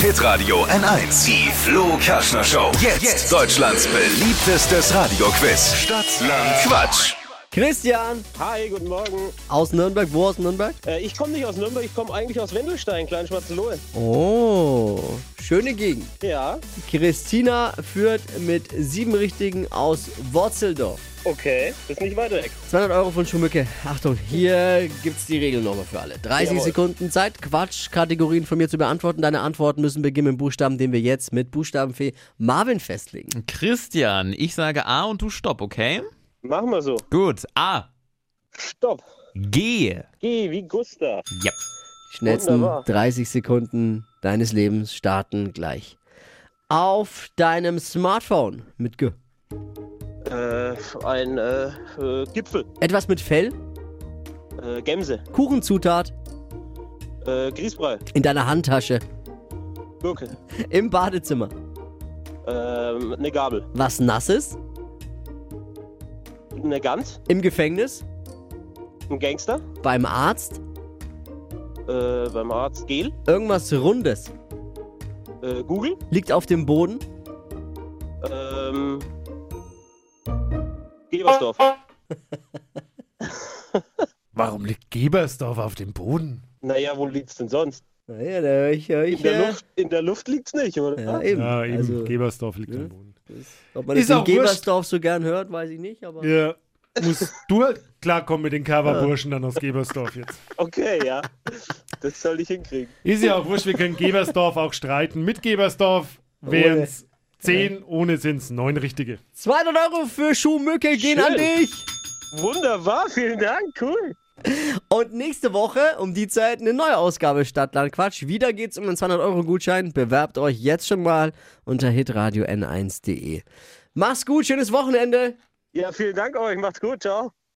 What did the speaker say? Hitradio N1. Die Flo Kaschner Show. Jetzt, Deutschlands beliebtestes Radioquiz. Stadt, Land, Quatsch. Christian Hi, guten Morgen. aus Nürnberg, wo aus Nürnberg? Äh, ich komme nicht aus Nürnberg, ich komme eigentlich aus Wendelstein, Kleinschwarzenlohe. Oh, schöne Gegend. Ja, Christina führt mit sieben Richtigen aus Worzeldorf. okay, ist nicht weit weg. 200 Euro von Schumücke. Achtung, hier gibt's die Regeln nochmal für alle. 30 Jawohl. Sekunden Zeit, Quatschkategorien von mir zu beantworten. Deine Antworten müssen beginnen mit dem Buchstaben, den wir jetzt mit Buchstabenfee Marvin festlegen. Christian, ich sage A und du stopp, okay? Machen wir so. Gut. A. Stopp. G. Geh wie Gustav. Ja. Die schnellsten Wunderbar. 30 Sekunden deines Lebens starten gleich. Auf deinem Smartphone mit G. Äh, ein äh, äh, Gipfel. Etwas mit Fell, Äh, Gemse. Kuchenzutat, Äh, Grießbrei. in deiner Handtasche, Gurke. im Badezimmer. Ähm, eine Gabel. Was Nasses, Eine Gans. im Gefängnis, Ein Gangster. beim Arzt, Äh, beim Arzt Gel. irgendwas Rundes, Äh, Google. liegt auf dem Boden, Ähm, Gebersdorf. Warum liegt Gebersdorf auf dem Boden? Naja, wo liegt's denn sonst? Ja, da höre ich, höre In ich. der ja. Luft, in der Luft liegt's nicht, oder? Ja, eben. Ja, eben. Also, Gebersdorf liegt ne? am Boden. ob man Ist das in auch wurscht. Gebersdorf so gern hört, weiß ich nicht, aber. Ja. Musst du halt klarkommen mit den Kava-Burschen dann aus Gebersdorf jetzt. Okay, ja. Das soll ich hinkriegen. Ist ja auch wurscht, wir können Gebersdorf auch streiten. Mit Gebersdorf wären es zehn, ohne sind es neun richtige. 200 Euro für Schuhmücke gehen an Schön. dich! Wunderbar, vielen Dank, cool. Und nächste Woche um die Zeit eine neue Ausgabe Stadtland Quatsch. Wieder geht's um einen 200 Euro Gutschein. Bewerbt euch jetzt schon mal unter hitradio n1.de. Mach's gut, schönes Wochenende. Ja, vielen Dank euch, macht's gut, ciao.